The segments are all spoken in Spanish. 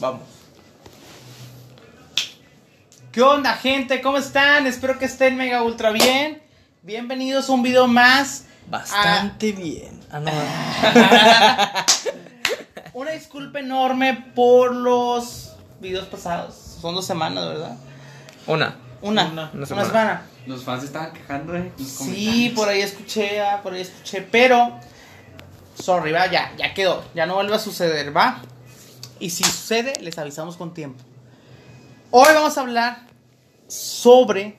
Vamos. ¿Qué onda, gente? ¿Cómo están? Espero que estén mega ultra bien. Bienvenidos a un video más. Bastante bien. Ah, no. Ah, Una disculpa enorme por los videos pasados. Son dos semanas, ¿verdad? Una. Una. Una. Una Una semana. semana. Los fans se estaban quejando, eh. Los Sí, comentarios. por ahí escuché, ah, por ahí escuché, pero. Sorry, va, ya, ya quedó. Ya no vuelve a suceder, va. Y si sucede, les avisamos con tiempo. Hoy vamos a hablar sobre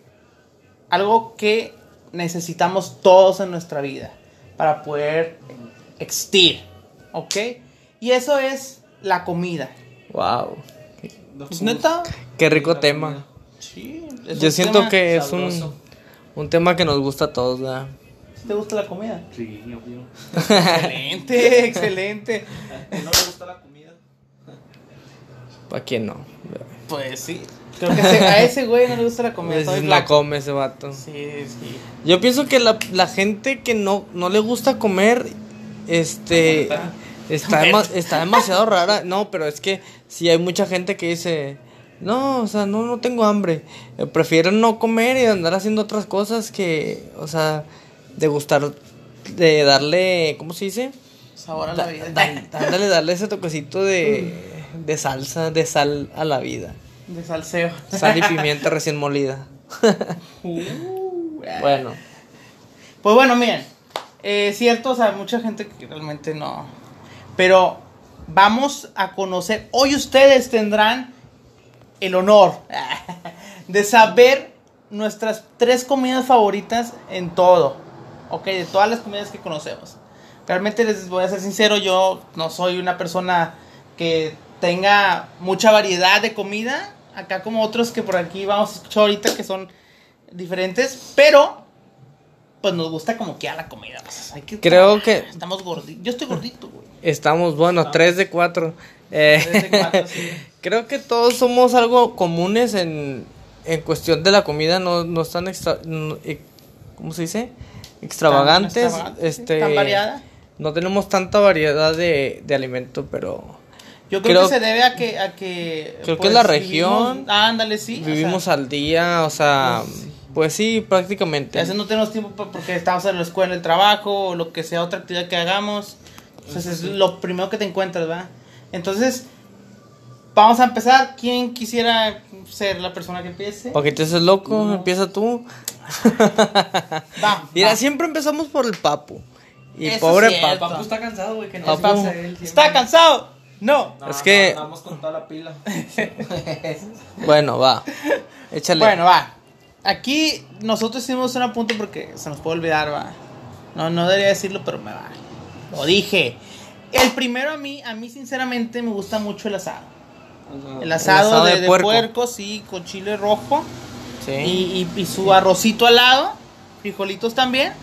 algo que necesitamos todos en nuestra vida para poder existir, ¿ok? Y eso es la comida. Wow. Los Pues, jugos. neta, Qué rico tema. sí. es Yo un siento tema- que es sabroso. un, un tema que nos gusta a todos, ¿verdad? ¿Sí ¿Te gusta la comida? Sí, obvio. excelente, excelente. no le gusta la comida? ¿Para quién no? Pues sí. Creo que ese- a ese güey no le gusta la comida. Es todo el la blanco. come ese vato. Sí, sí. Yo pienso que la, la gente que no, no le gusta comer, este, Está está, dema- está demasiado rara. No, pero es que si hay mucha gente que dice, no, o sea, no, no tengo hambre. Eh, Prefieren no comer y andar haciendo otras cosas que, o sea, de gustar, de darle, ¿cómo se dice? Sabor a la Da- vida. dan- Dándole, darle ese toquecito de, de salsa, de sal a la vida. De salseo. Sal y pimienta recién molida. Uh, Bueno, Pues bueno, miren, eh, cierto, o sea, mucha gente que realmente no. Pero vamos a conocer, hoy ustedes tendrán el honor de saber nuestras tres comidas favoritas en todo, ok, de todas las comidas que conocemos. Realmente les voy a ser sincero, yo no soy una persona que tenga mucha variedad de comida, acá como otros que por aquí vamos a escuchar ahorita que son diferentes, pero pues nos gusta como que a la comida. pues, hay que creo que estamos gorditos. Yo estoy gordito, güey. Estamos, bueno, 3 de Eh, 4. Tres de cuatro, sí. creo que todos somos algo comunes en, en cuestión de la comida, no, no están extra, no, eh, ¿cómo se dice? Extravagantes, Tan- tan- este, tan variada. no tenemos tanta variedad de, de alimento, pero Yo creo, creo- que se debe a que. A que pues, creo que es la región. Vivimos, ah, ándale, sí. o vivimos sea, al día, o sea, pues sí, prácticamente. a veces no tenemos tiempo pa- porque estamos en la escuela, el trabajo, o lo que sea, otra actividad que hagamos. Entonces es lo primero que te encuentras, ¿verdad? Entonces, vamos a empezar. ¿Quién quisiera ser la persona que empiece? Porque te haces loco, empieza tú. Va. Mira, va. siempre empezamos por el papu. Y Ah. Eso pobre sí es. papu. El papu está cansado, güey, que no Papu. se cansa él siempre. ¿Está cansado? No. No, Es que- no, Vamos con toda la pila. Bueno, va. Échale. Bueno, va. Aquí nosotros hicimos un apunte porque se nos puede olvidar, va. No, no debería decirlo, pero me va. Lo dije. El primero a mí, a mí sinceramente me gusta mucho el asado. El asado, asado de, de de puerco. puerco. sí, con chile rojo. Sí. Y, y- y su arrocito al lado, frijolitos también.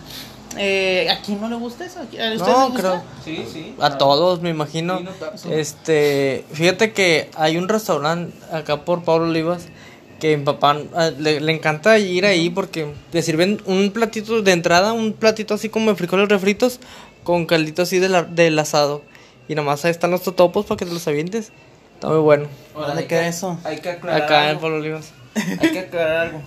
Eh, ¿A quién no le gusta eso? ¿A ustedes No, les gusta? creo. Sí, sí. A todos, me imagino. Sí, no tanto. Este, fíjate que hay un restaurante acá por Pablo Olivas que mi papá ah, le, le encanta ir ahí porque le sirven un platito de entrada, un platito así como de frijoles refritos con caldito así del, ar- del asado. Y nomás ahí están los totopos para que te los avientes. Está muy bueno. Ahora, ¿Dónde hay queda que- eso? Hay que aclarar. Acá en algo. Pablo Olivas. Hay que aclarar algo.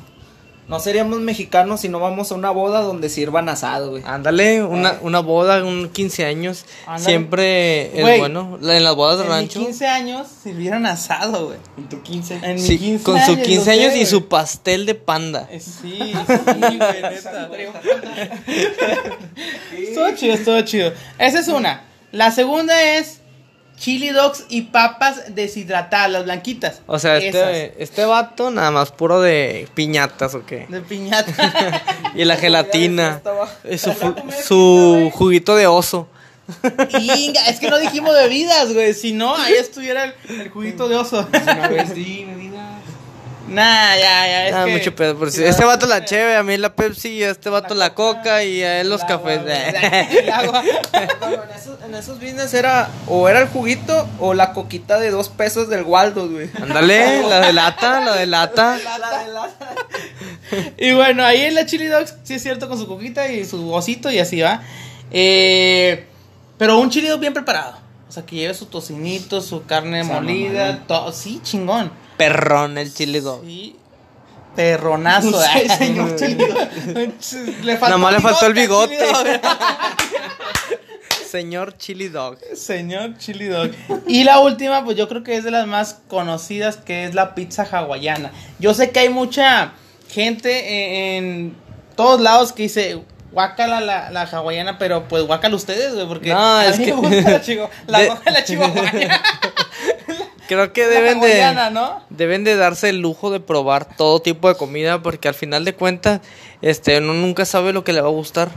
No seríamos mexicanos si no vamos a una boda donde sirvan asado, güey. Ándale, una, una boda, un 15 años. Eh. Ándale. Siempre es Güey, bueno. La- En las bodas de En mis rancho. 15 años sirvieron asado, güey. En tu 15. En mis Sí, 15 con sus 15 años y ustedes. su pastel de panda. Eh, Sí, sí, güey, neta, güey. Estuvo chido, estuvo chido. Esa es una. La segunda es chili dogs y papas deshidratadas, las blanquitas. O sea, Esas, este, este vato nada más puro de piñatas o qué. De piñata. Y la gelatina. fiesta, va. eh, Su, fu- su juguito de oso. Inga, es que no dijimos bebidas, güey. Si no, ahí estuviera el, el juguito de oso. Una vez sí, me digas. Nah, ya, ya. Es Ah, que- mucho pedo. por si- si no- este vato la cheve, a mí la Pepsi, a este vato la, coca, y a él los el agua, cafés. eh. güey. El agua. en, esos, en esos business era o era el juguito o la coquita de dos pesos del Waldo, güey. Ándale, la de lata, la de lata. La de la- Y bueno, ahí en la chili dogs, sí es cierto, con su coquita y su osito y así va. Eh, pero un chili dog bien preparado. O sea, que lleve su tocinito, su carne molida, todo. Sí, chingón. Perrón el chile dog. Sí. Perronazo. No sé, señor le Nomás le faltó el chili dog. Señor chili dog. señor Chili Dog. Y la última, pues yo creo que es de las más conocidas, que es la pizza hawaiana. Yo sé que hay mucha gente en, en todos lados que dice... Guácala la, la hawaiana, pero pues guácala ustedes, güey, porque No, a es mí que- me gusta la chihuahua, la, De- guácala chihuahuana, Creo que la deben hawaiana, de ¿no? deben de darse el lujo de probar todo tipo de comida porque al final de cuentas este uno nunca sabe lo que le va a gustar.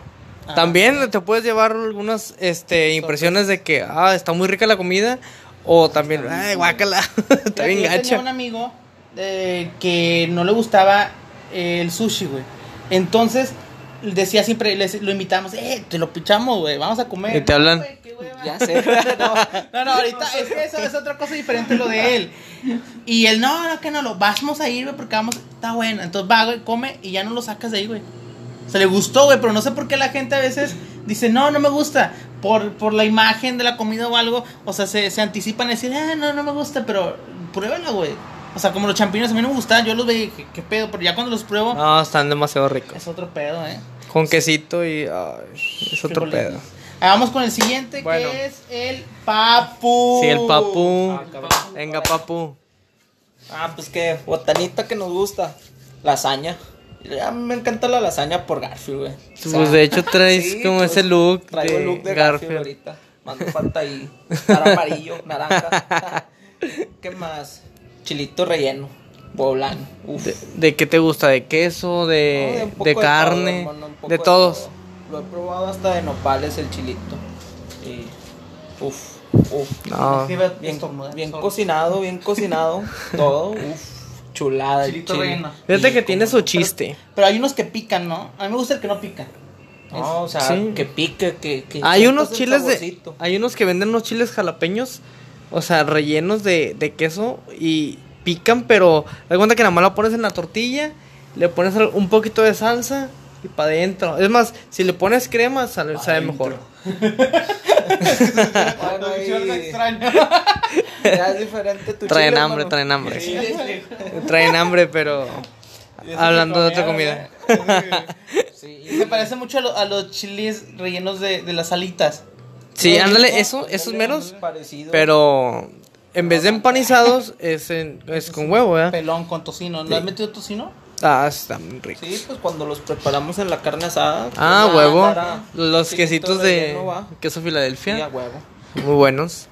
Ah. También te puedes llevar algunas este impresiones de que ah está muy rica la comida o también ay guácala está Fíjate, bien yo Tenía gacha. un amigo eh, que no le gustaba eh, el sushi, güey. Entonces decía siempre, les- lo invitamos, eh, te lo pichamos, güey, vamos a comer. Y te No, hablan. güey, qué hueva. Ya sé. No, no, ahorita es que eso es otra cosa diferente lo de él. Y él, no, no, que no, lo vamos a ir, güey, porque vamos, está bueno. Entonces va, güey, come y ya no lo sacas de ahí, güey. Se le gustó, güey, pero no sé por qué la gente a veces dice, no, no me gusta. Por, por la imagen de la comida o algo, o sea, se, se anticipan a decir, ah, no, no me gusta, pero pruébalo, güey. O sea, como los champiñones a mí no me gustaban, yo los veía, y dije, qué pedo, pero ya cuando los pruebo, No, están demasiado ricos. es otro pedo, ¿eh? Con quesito y ay, es otro Frijolitos. pedo. Ah, Vamos con el siguiente, Bueno. que es el papu. Sí, el papu. Ah, cabrón. Venga, papu. Ah, pues que botanita que nos gusta. Lasaña. Ya me encanta la lasaña por Garfield, güey. O sea, Pues de hecho traes sí, como pues, ese look Traigo de, el look de Garfield, Garfield. ahorita. Mando falta ahí. Estar amarillo, naranja. ¿Qué más? Chilito relleno. Poblano. Uf. De, de qué te gusta? ¿De queso? No, de ¿De, un poco de todo, carne? hermano, un poco de todos. todo. Lo he probado hasta de nopales el chilito. Y. Uf, uf. No. Sí, ve- Bien, estornuda, bien sorry. cocinado, bien cocinado. todo, uf. Chulada. el Chilito chile. relleno. Fíjate que Y tiene como- su chiste. Pero hay unos que pican, ¿no? A mí me gusta el que no pica. No, o sea, Sí. que pique, que, que Hay sientas unos el chiles de. saborcito. Hay unos que venden unos chiles jalapeños. O sea, rellenos de, de queso. Y pican, pero. Haz cuenta que nada más lo pones en la tortilla. Le pones al- un poquito de salsa. Y para adentro. Es más, si le pones crema, sale, Pa' sabe dentro. mejor. Bueno, ahí extraño. ya es diferente tu Traen chile, hambre, hermano. traen hambre. Sí, sí, este. Traen hambre, pero. Hablando de otra comida. sí. Me parece mucho a, lo- a los chiles rellenos de, de las alitas. Sí, Lo ándale, mismo, eso, esos ándale, meros. parecido. Pero en vez de empanizados, es, en- es con huevo, ¿eh? Pelón con tocino. ¿No Sí. has metido tocino? Ah, está muy rico. Sí, pues cuando los preparamos en la carne asada. Ah, pues, huevo. andar a- Los chilito quesitos de relleno, va. queso Sí, a Filadelfia. huevo. Muy buenos.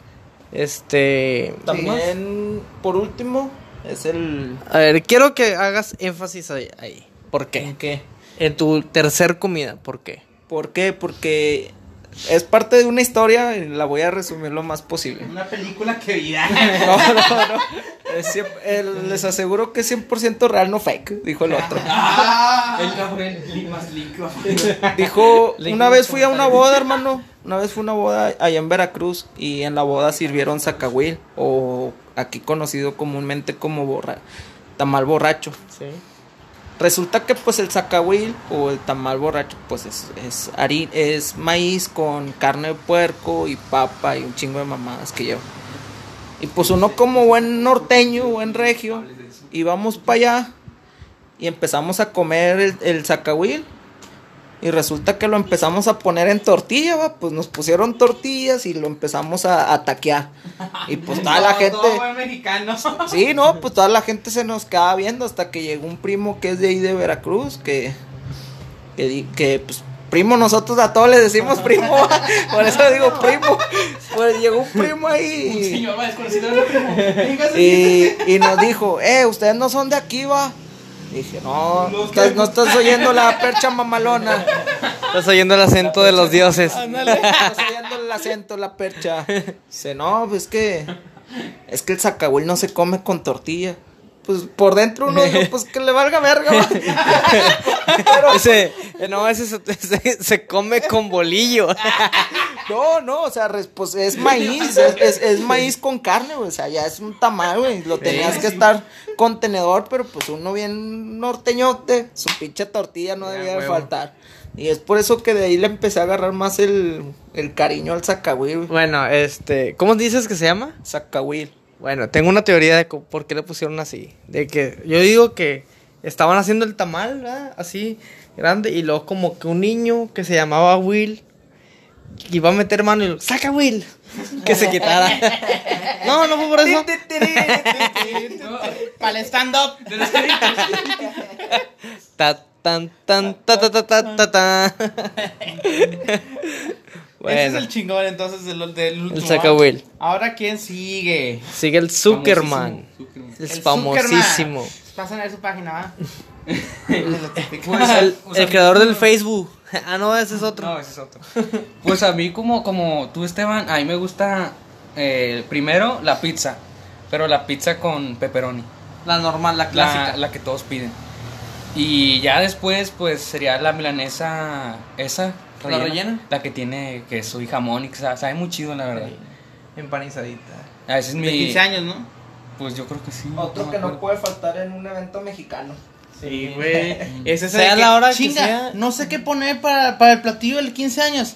Este. También, por último, es el. A ver, quiero que hagas énfasis ahí. ahí. ¿Por qué? ¿En qué? En tu tercer comida, ¿por qué? ¿Por qué? Porque es parte de una historia y la voy a resumir lo más posible. Una película que vida. No, no, no. Es cien- el- les aseguro que es 100% real, no fake, dijo el otro. Ah. El café más líquido. Dijo, una vez fui a una boda, hermano. Una vez fue una boda allá en Veracruz y en la boda sirvieron zacahuil o aquí conocido comúnmente como borra, tamal borracho. Sí. Resulta que pues el zacahuil o el tamal borracho pues es, es, hari- es maíz con carne de puerco y papa y un chingo de mamadas que lleva. Y pues uno como buen norteño, buen regio, íbamos para allá y empezamos a comer el, el zacahuil. Y resulta que lo empezamos a poner en tortilla, va, pues nos pusieron tortillas y lo empezamos a, a taquear. Y pues toda la gente... mexicano. Sí, no, pues toda la gente se nos quedaba viendo hasta que llegó un primo que es de ahí de Veracruz, que, que, di- que, pues, primo, nosotros a todos les decimos primo, por eso digo primo, pues llegó un primo ahí Señor, va desconocido. ¿no? Dígase. y, y nos dijo, eh, ustedes no son de aquí, va. Dije, no, estás- no estás oyendo la percha mamalona. Estás oyendo el acento de los dioses. Ah, Estás oyendo el acento, la percha. Dice, no, pues es que. Es que el zacahuil no se come con tortilla. Pues por dentro uno dijo, pues que le valga verga. va. Ah. Ese, eh, no, ese se, se- se come con bolillo. No, no, o sea, res- pues es maíz, es, es- es maíz con carne, güey, o sea, ya es un tamal, güey, lo tenías que estar con tenedor, pero pues uno bien norteñote, su pinche tortilla no Ya, debía de huevo. faltar. Y es por eso que de ahí le empecé a agarrar más el, el cariño al sacahuil, güey. Bueno, este, ¿cómo dices que se llama? Sacahuil. Bueno, tengo una teoría de co- por qué le pusieron así. De que yo digo que estaban haciendo el tamal, ¿verdad? Así, grande. Y luego como que un niño que se llamaba Will iba a meter mano y lo, saca Will. Que se quitara. no, no fue por eso. Para el stand-up. Ta, tan, tan, ta, ta, ta, ta, ta, ta. Ese es bueno, el chingón entonces del, del último. saca Will. Ahora, ¿quién sigue? sigue el Zuckerman. Es El famosísimo. Zuckerman. Pasen a ver su página, ¿va? Pues, El, o sea, el creador del no, Facebook. Ah, no, ese es otro. No, ese es otro. Pues a mí, como, como tú, Esteban, a mí me gusta eh, primero la pizza. Pero la pizza con pepperoni. La normal, la La, la que todos piden. Y ya después, pues sería la milanesa esa. ¿La rellena? La que tiene queso y jamón y que sa- sabe muy chido, la verdad. Empanizadita. A veces De mi. 15 años, ¿no? Pues yo creo que sí. Otro me que no acuerdo. puede faltar en un evento mexicano. Sí, güey. Es ese Sea de la hora que chinga, sea. no sé qué poner para, para el platillo del 15 años.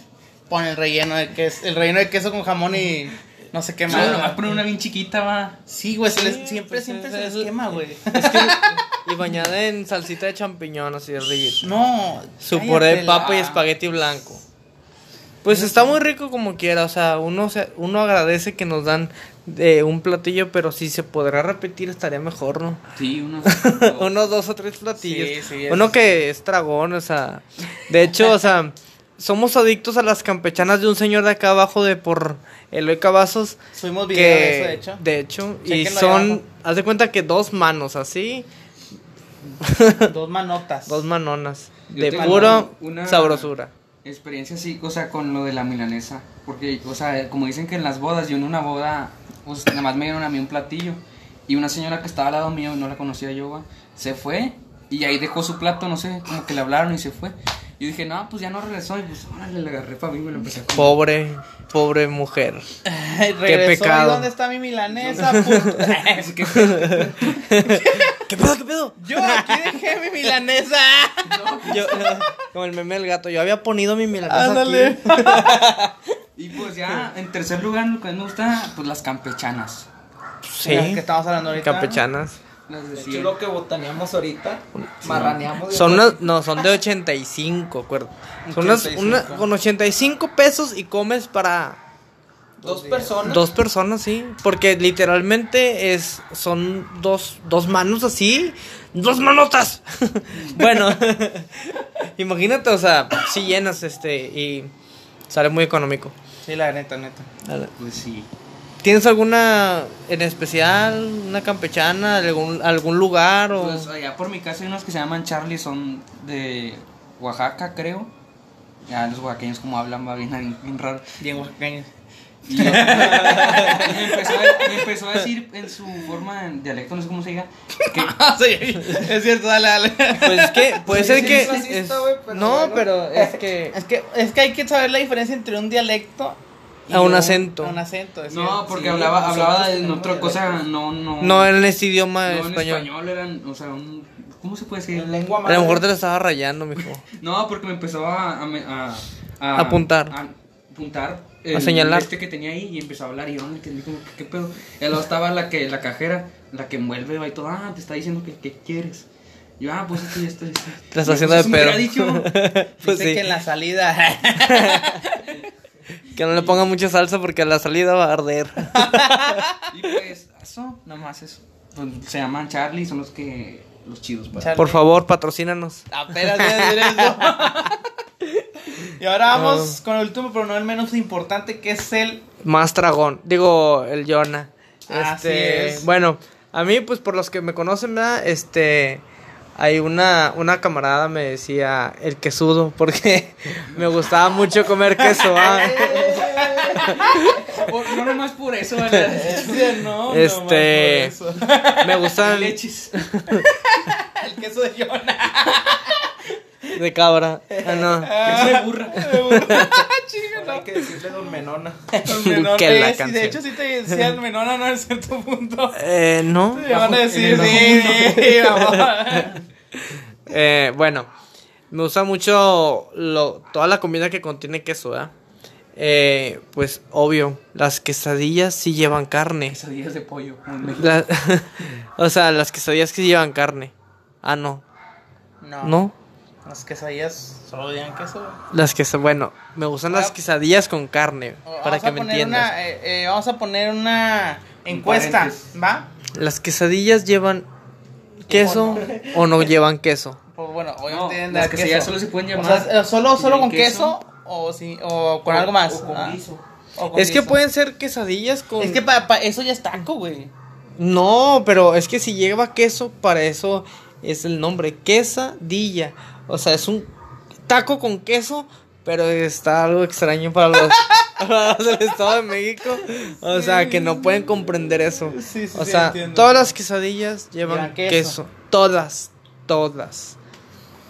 Pon el relleno de queso, el relleno de queso con jamón y no sé qué No, más. nomás poner una bien chiquita, va. Sí, güey, se les- siempre, pues, siempre es- se les es- quema, güey. Y bañada en salsita de champiñón, así de rico. No. Su cállate puré de la- papa y espagueti blanco. Pues está muy rico como quiera, o sea, uno, se- uno agradece que nos dan de un platillo, pero si se podrá repetir estaría mejor, ¿no? Sí, unos. Unos dos o tres platillos. Sí, sí, Uno es- que es dragón, o sea. De hecho, o sea, somos adictos a las campechanas de un señor de acá abajo de por Eloy Cavazos. Subimos que video de eso, de hecho. hecho, y Chéquenlo ahí abajo. son, haz de cuenta que dos manos así, Dos manotas. dos manonas Yo de tengo puro una- sabrosura. Experiencia sí, o sea, con lo de la milanesa. Porque, o sea, como dicen que en las bodas, yo en una boda, pues nada más me dieron a mí un platillo. Y una señora que estaba al lado mío, no la conocía yo, güey, se fue. Y ahí dejó su plato, no sé, como que le hablaron y se fue. Y dije, no, pues ya no regresó. Y pues, órale, le agarré para mí y me lo empecé a comer. Pobre, pobre mujer. Ay, regresó, ¿y pecado. ¿Dónde está mi milanesa? puta? Así que, no, ¿Qué pedo, qué pedo? Yo aquí dejé mi milanesa. Yo, como el meme del gato, yo había ponido mi milanesa Ándale. aquí. Y pues ya, en tercer lugar, lo que más me gusta, pues las campechanas. Sí, Las que estamos hablando ahorita. campechanas. Las de De hecho, cien. lo que botaneamos ahorita, marraneamos. Son unas, no, son de 85, acuerdo. Son unas, una- 85. con 85 pesos y comes para dos personas. dos personas, sí. Porque literalmente es, son dos, dos manos así, dos manotas. bueno, imagínate, o sea, si llenas este y sale muy económico. Sí, la neta, neta. Pues sí. ¿Tienes alguna en especial, una campechana, algún, algún lugar o...? Pues allá por mi casa hay unos que se llaman Charlie, son de Oaxaca, creo. Ya los oaxaqueños como hablan va bien, bien raro. Bien oaxaqueños. Y me, empezó a, me empezó a decir en su forma de dialecto, no sé cómo se diga, que Ah, Sí, es cierto, dale, dale. Pues es que puede ser sí, que es racista, es- güey, pero no, bueno. pero es que Es que, es que hay que saber la diferencia entre un dialecto A un acento. A un acento, es no, porque sí, hablaba, nosotros hablaba de tenemos otra cosa, no, no. no en este no idioma en español. español eran, o sea, un, ¿cómo se puede decir? En lengua A madre. lo mejor te lo estaba rayando, mijo. No, porque me empezó a. a, me- a- a- Apuntar. A apuntar. el- A señalar. Este que tenía ahí y empezó a hablar. Y yo me quedé como, ¿qué, qué pedo? Y luego estaba la, que, la cajera, la que envuelve va, y todo. Ah, te está diciendo que, que quieres. Y yo, ah, pues esto y esto. y esto". Te Y yo, está haciendo de "Eso me pedo. hubiera dicho. Pues Dice sí. que en la salida. Que no le ponga mucha salsa porque a la salida va a arder. Y pues, eso, nomás eso. Pues, se llaman Charlie, son los que. Los chidos, pues. para. Charlie. Por favor, patrocínanos. Apenas voy a decir eso. y ahora vamos Ah. con el último, pero no el menos importante, que es el. Más dragón. Digo, el Yona. Así Este, es. Bueno, a mí, pues por los que me conocen, ¿verdad? Este. Hay una, una camarada me decía el quesudo porque me gustaba mucho comer queso. ¿ah? Por- no nomás por eso, ¿verdad? no, Este- no, por eso. Me gustan Leches. el queso de Jonah. de cabra. Ah, no. Hay que decirle don Menona. Con Menona. Que la Eh, sí, canción. de hecho, si te decían menona, no en cierto punto. Eh, no. Te van a decir, en el sí, sí, mamá. Eh, bueno, me gusta mucho lo, toda la comida que contiene queso, ¿verdad? Eh, pues obvio, las quesadillas sí llevan carne. Quesadillas de pollo. como en México. La- o sea, las quesadillas que sí llevan carne. Ah, no. No. No. Las quesadillas solo digan queso. güey. Las que bueno, me gustan las Ah. quesadillas con carne, O- para vamos a que me poner entiendas. una, eh, eh, vamos a poner una encuesta, paréntesis. ¿va? Las quesadillas llevan queso o no llevan queso. Pues bueno, hoy No, tienen las dar quesadillas queso. solo se pueden O llamar. sea, eh, solo, solo ¿Tienen con queso, o, sí, o con algo más. O con ah. guiso. O con Es que pues, guiso. pueden ser quesadillas con Es que para, eso ya es taco, güey. No, pero es que si lleva queso, para eso es el nombre, quesadilla. O sea, es un taco con queso, pero está algo extraño para los, para los del Estado de México. O sea, que no pueden comprender eso. Sí, sí, o sí, sea, entiendo. todas las quesadillas llevan, Llevan queso. queso. Todas, todas.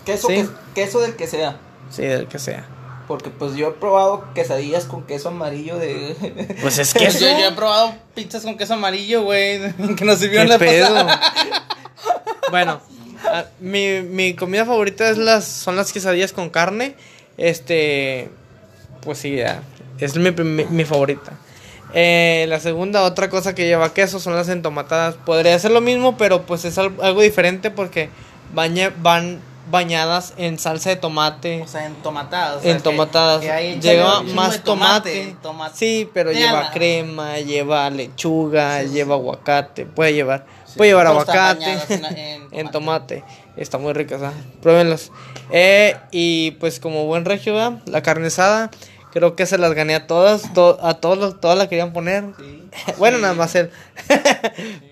Queso, Sí. que- queso del que sea. Sí, del que sea. Porque pues yo he probado quesadillas con queso amarillo de... Pues es Yo, queso. yo he probado pizzas con queso amarillo, güey, que nos sirvió ¿Qué en la pedo? pasada. bueno, a- mi, mi comida favorita es las, son las quesadillas con carne. Este, pues sí, ya, es mi, mi- mi favorita. Eh, la segunda, otra cosa que lleva queso son las entomatadas. Podría ser lo mismo, pero pues es al- algo diferente porque baña- van bañadas en salsa de tomate. O sea, entomatadas. o sea, En tomatadas. que- que ahí échale Lleva un chingo de más tomate. tomate, tomate. Sí, pero Nada. lleva crema, lleva lechuga, lleva aguacate. Puede llevar. Puede llevar Pero están aguacate. bañadas en- en En tomate. Está muy rica esa. Pruébenlas. Eh, y pues como buen regio, ¿verdad? la carne asada. Creo que se las gané a todas. to- a todos los- todas la querían poner. bueno, nada más él.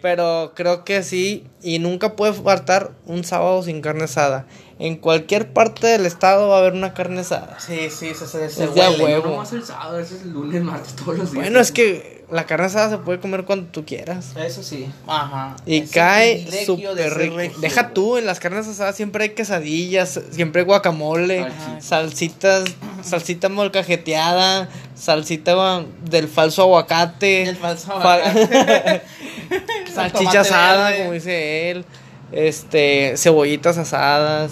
Pero creo que sí. Y nunca puede faltar un sábado sin carne asada. En cualquier parte del estado va a haber una carne asada. Sí, sí, se, se, se Es de a huele. huevo. No más el sábado, ese es el lunes, martes, todos los días. Bueno, es que la carne asada se puede comer cuando tú quieras. Eso sí. Ajá. Y Es un cae privilegio de súper ser rico. regio, Deja güey. tú, en las carnes asadas siempre hay quesadillas, siempre hay guacamole, Salsita. salsitas, salsita molcajeteada, salsita del falso aguacate, El falso fa- aguacate. salchicha Tomate asada, verde. como dice él, este, cebollitas asadas,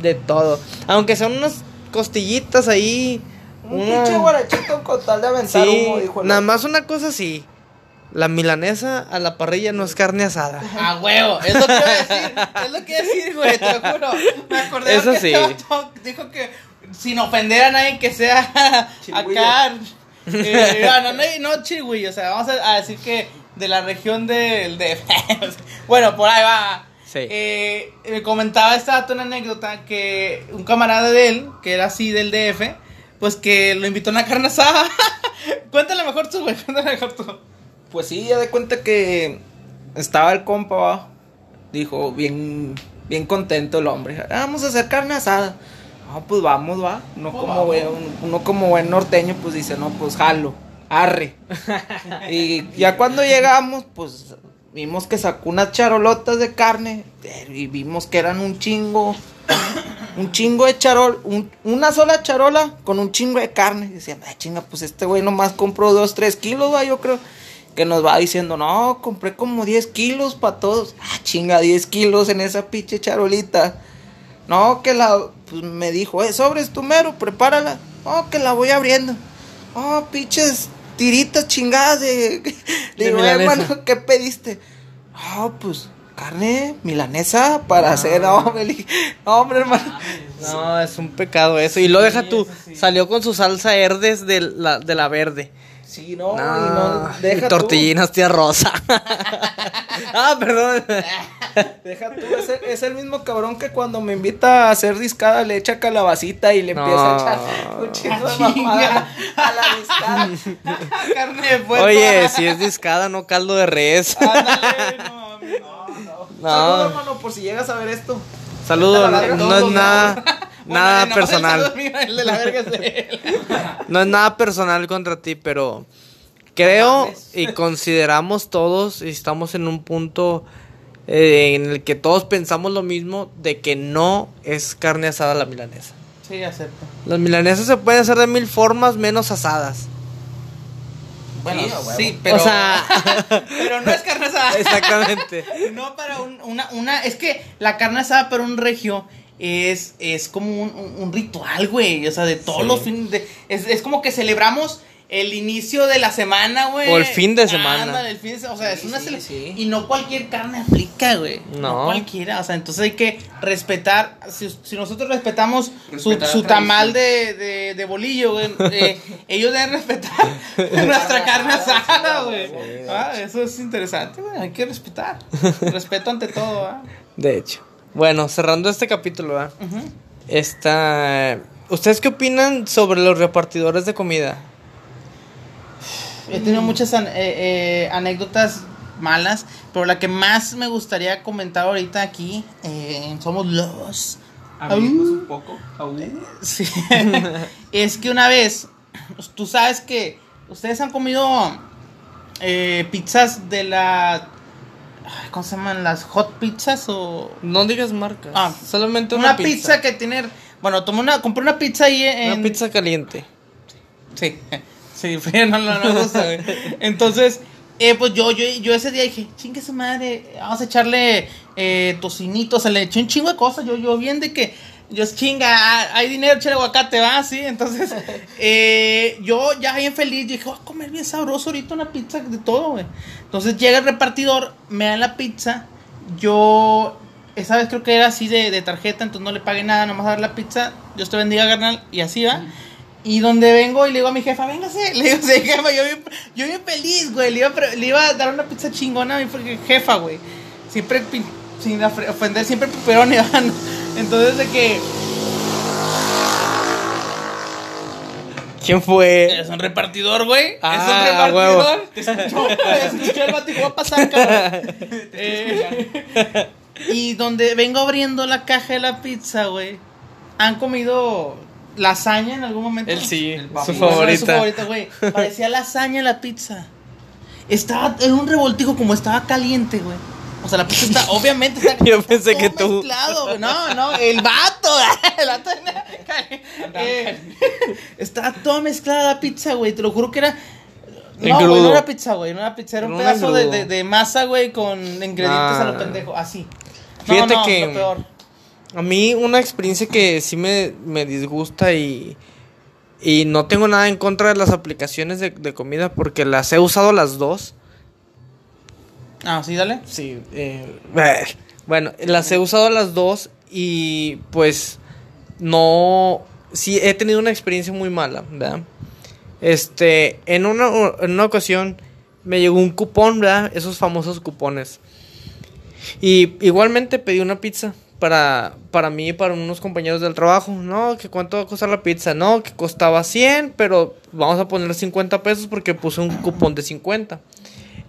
de todo. Aunque sean unas costillitas ahí, Un una- pinche guarachito con tal de aventar Sí, humo, dijo el nada otro. más una cosa sí. La milanesa a la parrilla no es carne asada. A huevo, es lo que iba a decir, es lo que iba a decir, güey, te lo juro. Me acordé Eso porque sí. este vato dijo que sin ofender a nadie que sea Chilhuillo. acá. eh, no, no, no, chilhuillo, o sea, vamos a, a decir que de la región del de, Bueno, por ahí va. Sí. Eh, me comentaba este dato una anécdota que un camarada de él, que era así del DF, pues que lo invitó a una carne asada. cuéntale mejor tú, güey, cuéntale mejor tú. Pues sí, ya de cuenta que estaba el compa abajo. Dijo, bien, bien contento el hombre. "Ah, Vamos a hacer carne asada. Ah, pues vamos, va. Uno Pues como, vamos. buen, uno como buen norteño, pues dice, no, pues jalo, arre. y ya cuando llegamos, pues vimos que sacó unas charolotas de carne. eh, Y vimos que eran un chingo. Un chingo de charol, un- una sola charola con un chingo de carne. Y decían, ah, chinga, pues este güey nomás compró dos, tres kilos, va, yo creo. Que nos va diciendo, no, compré como 10 kilos para todos. Ah, chinga, 10 kilos en esa pinche charolita. No, que la. Pues me dijo, eh, sobres tu mero, prepárala. Oh, que la voy abriendo. Oh, pinches tiritas chingadas de. Le digo, "Eh, milanesa. hermano, ¿qué pediste? Oh, pues carne milanesa Ah. para hacer. No, me li- no, hombre, hermano. No, es un pecado eso. Y lo deja tú. eso sí. Salió con su salsa herdes de la, de la verde. Sí, no, y No, no, deja y tortillinas tía rosa. ah, perdón. Tú, deja tú, es el, es el mismo cabrón que cuando me invita a hacer discada le echa calabacita y le No. Ah, empieza a echar un chingo de mamada a la discada. Carne de puerco. Oye, si es discada, no caldo de res. Ándale, no mames. No. Saludos, hermano, por si llegas a ver esto. Saludos, Saludos a no todos, es nada, Bueno, nada nomás el saludo personal. mío, el de la verga es de él. No es nada personal contra ti, pero creo mames. y consideramos todos y estamos en un punto eh, en el que todos pensamos lo mismo de que no es carne asada la milanesa. Sí, acepto. Las milanesas se pueden hacer de mil formas menos asadas. Bueno, Sí, a huevo. sí, pero. O sea, pero no es carne asada. exactamente. No para un- una, una. Es que la carne asada para un regio es, es como un, un- un ritual, güey. O sea, de todos Sí. los fines. de- es, es como que celebramos el inicio de la semana, güey. O el fin de semana. Ándale, el fin de se- o sea, es Sí, una sí, cele- sí. Y no cualquier carne aplica, güey. No. cualquiera. O sea, entonces hay que respetar. Si, si nosotros respetamos su- Respetar la su, tamal tradición. de, de- de bolillo, güey, eh, ellos deben respetar nuestra carne asada, güey. Ah, eso es interesante, güey. Hay que respetar. Respeto ante todo, ¿ah? De hecho. Bueno, cerrando este capítulo, ¿verdad? Esta- ¿Ustedes qué opinan sobre los repartidores de comida? He tenido muchas an- eh, eh, anécdotas malas, pero la que más me gustaría comentar ahorita aquí eh, somos los. Abrimos Au. un poco. au. Sí. es que una vez, tú sabes que ustedes han comido eh, pizzas de la. ay, ¿Cómo se llaman? ¿Las hot pizzas o.? No digas marcas. Ah, solamente Una, pizza. que tiene. Bueno, tomé una, compré una pizza ahí en. Una pizza caliente. Sí, sí, pero no, no, no me gusta, güey. Entonces, eh, pues yo, yo, yo ese día dije, chingue su madre, vamos a echarle eh, tocinito, se le echó un chingo de cosas, yo, yo bien de que, yo chinga, ah, hay dinero, echar aguacate, va, sí, entonces, eh, yo ya bien feliz, yo dije, voy a comer bien sabroso ahorita una pizza de todo, güey. Entonces llega el repartidor, me dan la pizza, yo... Esa vez creo que era así de, de tarjeta, entonces no le pagué nada, nomás a dar la pizza. Dios te bendiga, carnal, y así va. Y donde vengo y le digo a mi jefa, véngase. Le digo, sí, jefa, yo bien, yo bien feliz, güey. Le iba, a pre- le iba a dar una pizza chingona a mi fr- jefa, güey. Siempre, pi- sin afre- ofender, siempre piperón y van. Entonces, de que. ¿Quién fue? Eres un repartidor, güey. Ah, es un repartidor. huevo. Te escuchó, te escuchó el vato y va a pasar, cabrón. Eh, y donde vengo abriendo la caja de la pizza, güey. ¿Han comido lasaña en algún momento? Él sí, El su papi. Era su favorita. favorita, güey. Parecía lasaña la pizza. Estaba, era un revoltijo como estaba caliente, güey. O sea, la pizza está, obviamente está Yo pensé todo que tú. mezclado, güey. No, no, el vato. El vato era- eh, estaba toda mezclada la pizza, güey. Te lo juro que era. No, güey, no Engrudo. era pizza, güey. No era pizza, era un Era un pedazo de, engrudo. de- de masa, güey, con ingredientes a lo Ah. pendejo. Así. No, Fíjate no, que- lo peor. A mí una experiencia que sí me, me disgusta y, y no tengo nada en contra de las aplicaciones de, de comida porque las he usado las dos. Ah, sí, dale. Sí, eh, bueno, las he usado las dos y pues no, sí he tenido una experiencia muy mala, ¿verdad? Este, en una, en una ocasión me llegó un cupón, ¿verdad? Esos famosos cupones. Y igualmente pedí una pizza para, para mí y para unos compañeros del trabajo. No, que cuánto va a costar la pizza. No, que costaba 100, pero vamos a poner 50 pesos porque puse un cupón de 50.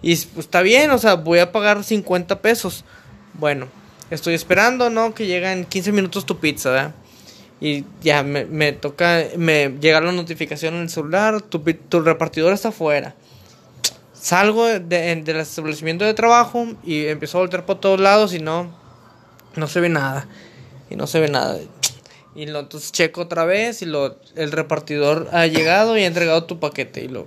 Y s- pues, está bien, o sea, voy a pagar 50 pesos. Bueno, estoy esperando, ¿no? Que llega en 15 minutos tu pizza, ¿verdad? Y ya me, me toca, me llega la notificación en el celular, tu, pi- tu repartidor está afuera. Salgo de- de- del establecimiento de trabajo y empiezo a voltear por todos lados y no, no se ve nada. Y no se ve nada. Y lo, entonces checo otra vez y lo, el repartidor ha llegado y ha entregado tu paquete. Y lo,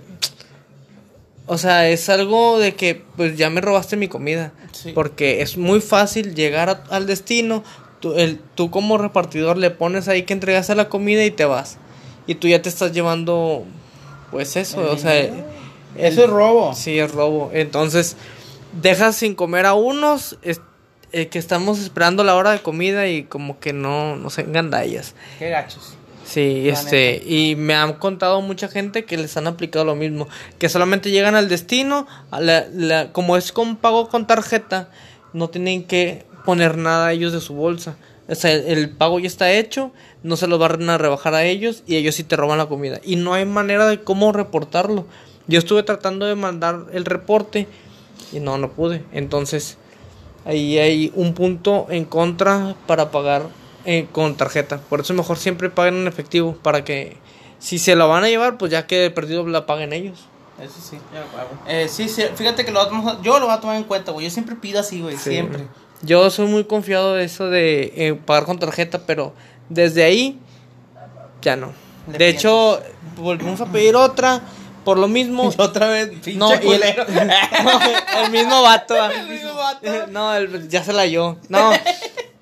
o sea, es algo de que pues ya me robaste mi comida. Sí. Porque es muy fácil llegar a- al destino. Tú, el, tú como repartidor le pones ahí que entregaste la comida y te vas. Y tú ya te estás llevando pues eso. O sea, Eso es robo. Sí, es robo. Entonces, dejas sin comer a unos es- eh, que estamos esperando la hora de comida y como que no nos engandallas. Qué gachos. Sí, La este, y me han contado mucha gente que les han aplicado lo mismo, que solamente llegan al destino, a la- la- como es con pago con tarjeta, no tienen que poner nada ellos de su bolsa. O sea, el, el pago ya está hecho, no se lo van a rebajar a ellos y ellos sí te roban la comida. Y no hay manera de cómo reportarlo. Yo estuve tratando de mandar el reporte y no, no pude. Entonces, Ahí hay un punto en contra para pagar eh, con tarjeta. Por eso mejor siempre paguen en efectivo para que si se la van a llevar, pues ya que de perdido la paguen ellos. Eso sí. Ya, huevo. Eh, sí, sí, fíjate que lo vamos a- yo lo voy a tomar en cuenta, güey. Yo siempre pido así, güey, siempre. Yo soy muy confiado de eso de eh, pagar con tarjeta, pero desde ahí ya no. Le De hecho, volvimos a pedir otra por lo mismo. Y otra vez, pinche No, y el, culero. no, el mismo vato. El mismo vato. No, el- ya se la yo. No,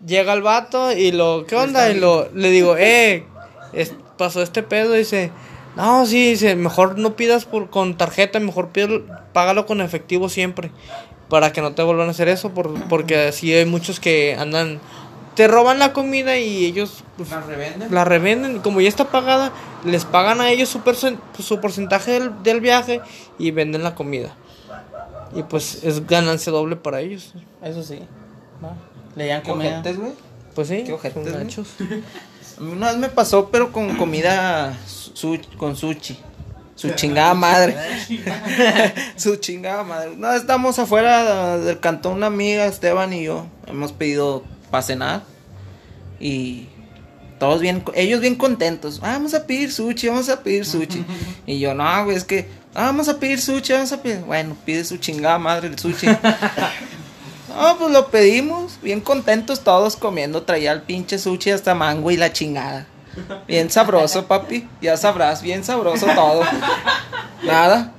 llega el vato y lo, ¿qué onda? Y lo, le digo, eh, es- pasó este pedo. Dice, no, sí, dice, mejor no pidas por, con tarjeta, mejor pídelo- págalo con efectivo siempre. Para que no te vuelvan a hacer eso, por- porque así hay muchos que andan, te roban la comida y ellos pues, ¿Las revenden? la revenden y como ya está pagada, les pagan a ellos su, percen- su porcentaje del, del viaje y venden la comida. Y pues es ganancia doble para ellos. Eso sí. Va. Le dan ¿Qué comida. ojetes, güey? Pues sí, Qué ojetes, son ¿no? gachos. A mí Una vez me pasó, pero con comida su- con sushi. Su chingada madre. su chingada madre. No, estamos afuera del cantón una amiga, Esteban y yo. Hemos pedido para cenar. Y todos bien, ellos bien contentos. "Ah, vamos a pedir sushi, vamos a pedir sushi. y yo, no, güey, es que, "Ah, vamos a pedir sushi, vamos a pedir. Bueno, pide su chingada madre el sushi. No, pues lo pedimos, bien contentos todos comiendo, traía el pinche sushi hasta mango y la chingada. Bien sabroso, papi, ya sabrás, bien sabroso todo. Nada,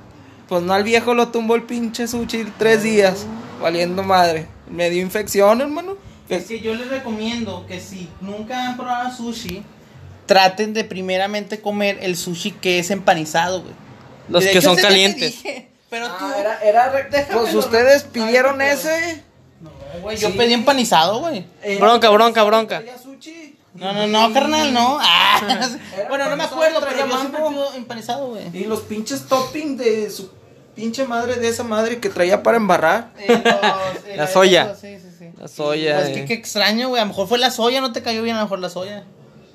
pues no al viejo lo tumbó el pinche sushi tres días, valiendo madre. Me dio infección, hermano. Es que yo les recomiendo que si nunca han probado sushi, traten de primeramente comer el sushi que es empanizado, güey. Los De que hecho, son ese ya te calientes. dije, pero tú, Ah, era, era re- pues lo- ustedes ahorita pidieron te lo- ese. eh, güey, yo Sí. pedí empanizado, güey. Bronca, bronca, bronca. No, no, no, carnal, no. Ah. bueno, no me acuerdo, pero yo traía siempre mango. pido eh, empanizado, güey. Y los pinches topping de su pinche madre, de esa madre que traía para embarrar. Eh, los- eh, La soya. eso, Sí, sí, sí. La soya. eh. Pues, qué, qué extraño, güey. A lo mejor fue la soya, no te cayó bien, a lo mejor la soya.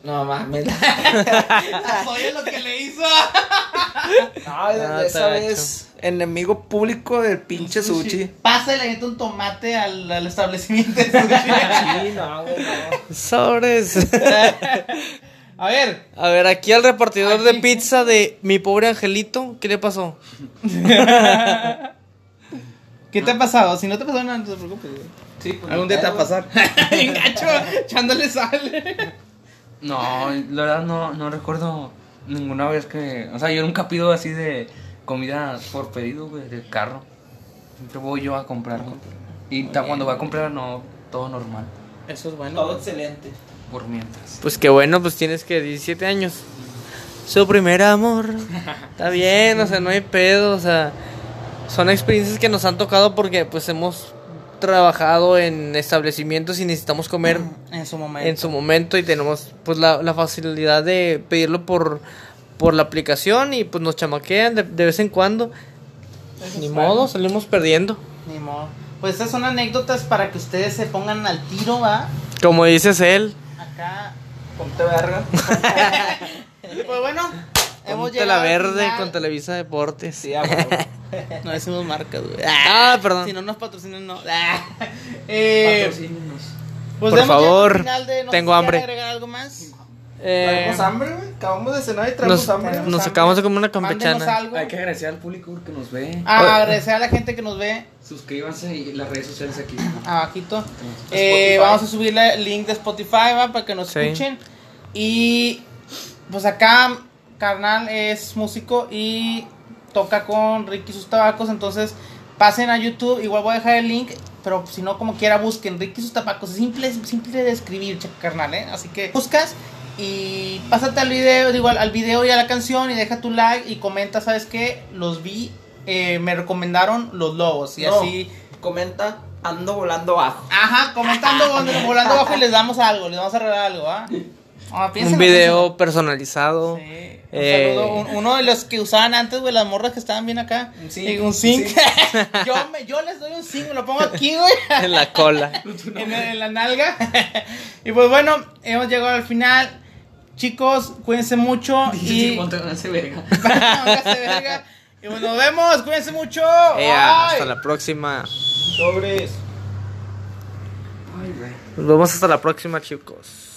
No mames. La soya es lo que le hizo. No, de- Ah, de esa está vez, enemigo público del pinche sushi. Pasa y le avienta un tomate al, al establecimiento de sushi. Sí, no, güey, no. Sobres. a ver, A ver, aquí al repartidor de Aquí. pizza de mi pobre angelito, ¿qué le pasó? ¿qué te ha pasado? Si no te pasó nada, no te preocupes, güey. Sí, pues, Algún día te va a pero- pasar. Engacho, echándole sal. No, la verdad no, no recuerdo ninguna vez que. O sea, yo nunca pido así de comida por pedido, güey, del carro. Siempre voy yo a comprar, güey. Y ta- cuando voy a comprar, no, todo normal, Eso es bueno. Todo excelente. por mientras. Pues qué bueno, pues tienes que 17 años. Su primer amor. Está bien, o sea, no hay pedo, o sea, son experiencias que nos han tocado porque pues hemos trabajado en establecimientos y necesitamos comer En su momento. en su momento y tenemos pues la, la facilidad de pedirlo por por la aplicación y pues nos chamaquean de, de vez en cuando. Ni modo, salimos perdiendo. Ni modo. Pues estas son anécdotas para que ustedes se pongan al tiro, ¿va? Como dices él, Acá. Ponte verga. Pues bueno, hemos con Tela llegado al Verde, final. con Televisa Deportes. Sí, a huevo. No decimos marcas, güey. Ah, perdón. Si no nos patrocinan, no. Ah. Eh, Patrocínenos. pues Por hemos llegado favor, al final de- no sé tengo si hambre. quieren agregar algo más? Eh, Traemos hambre, güey. Acabamos de cenar y traemos nos, hambre. nos acabamos de comer una Mándenos campechana. algo. Hay que agradecer al público que nos ve. Ah, agradecer a la gente que nos ve Suscríbanse y las redes sociales aquí. abajito. Eh, Spotify. vamos a subirle el link de Spotify ¿va? para que nos Sí. escuchen. Y pues acá, carnal es músico y toca con Ricky y sus tabacos. Entonces pasen a YouTube. Igual voy a dejar el link. Pero si no, como quiera, busquen Ricky y sus tabacos. Es simple, es simple de escribir, che- carnal. ¿eh? Así que buscas. Y pásate al video, digo, al, al video y a la canción y deja tu like y comenta, ¿sabes qué? Los vi, eh, me recomendaron los lobos y No. así Comenta, ando volando bajo. Ajá, comentando volando, volando abajo y les damos algo, les vamos a regalar algo, ¿ah? Ah, piénsalo, Un video personalizado. piénsalo. Sí. Un Eh. saludo, un- uno de los que usaban antes, güey, las morras que estaban bien acá. Un zinc. Sí. Un zinc. yo, me, yo les doy un zinc, me lo pongo aquí, güey. En la cola. en, el- en la nalga. y pues bueno, hemos llegado al final. Chicos, cuídense mucho. Y... y Pónganse verga. Y pues nos vemos, cuídense mucho. Ea, hasta Bye. la próxima. Sobres. Nos vemos hasta la próxima, chicos.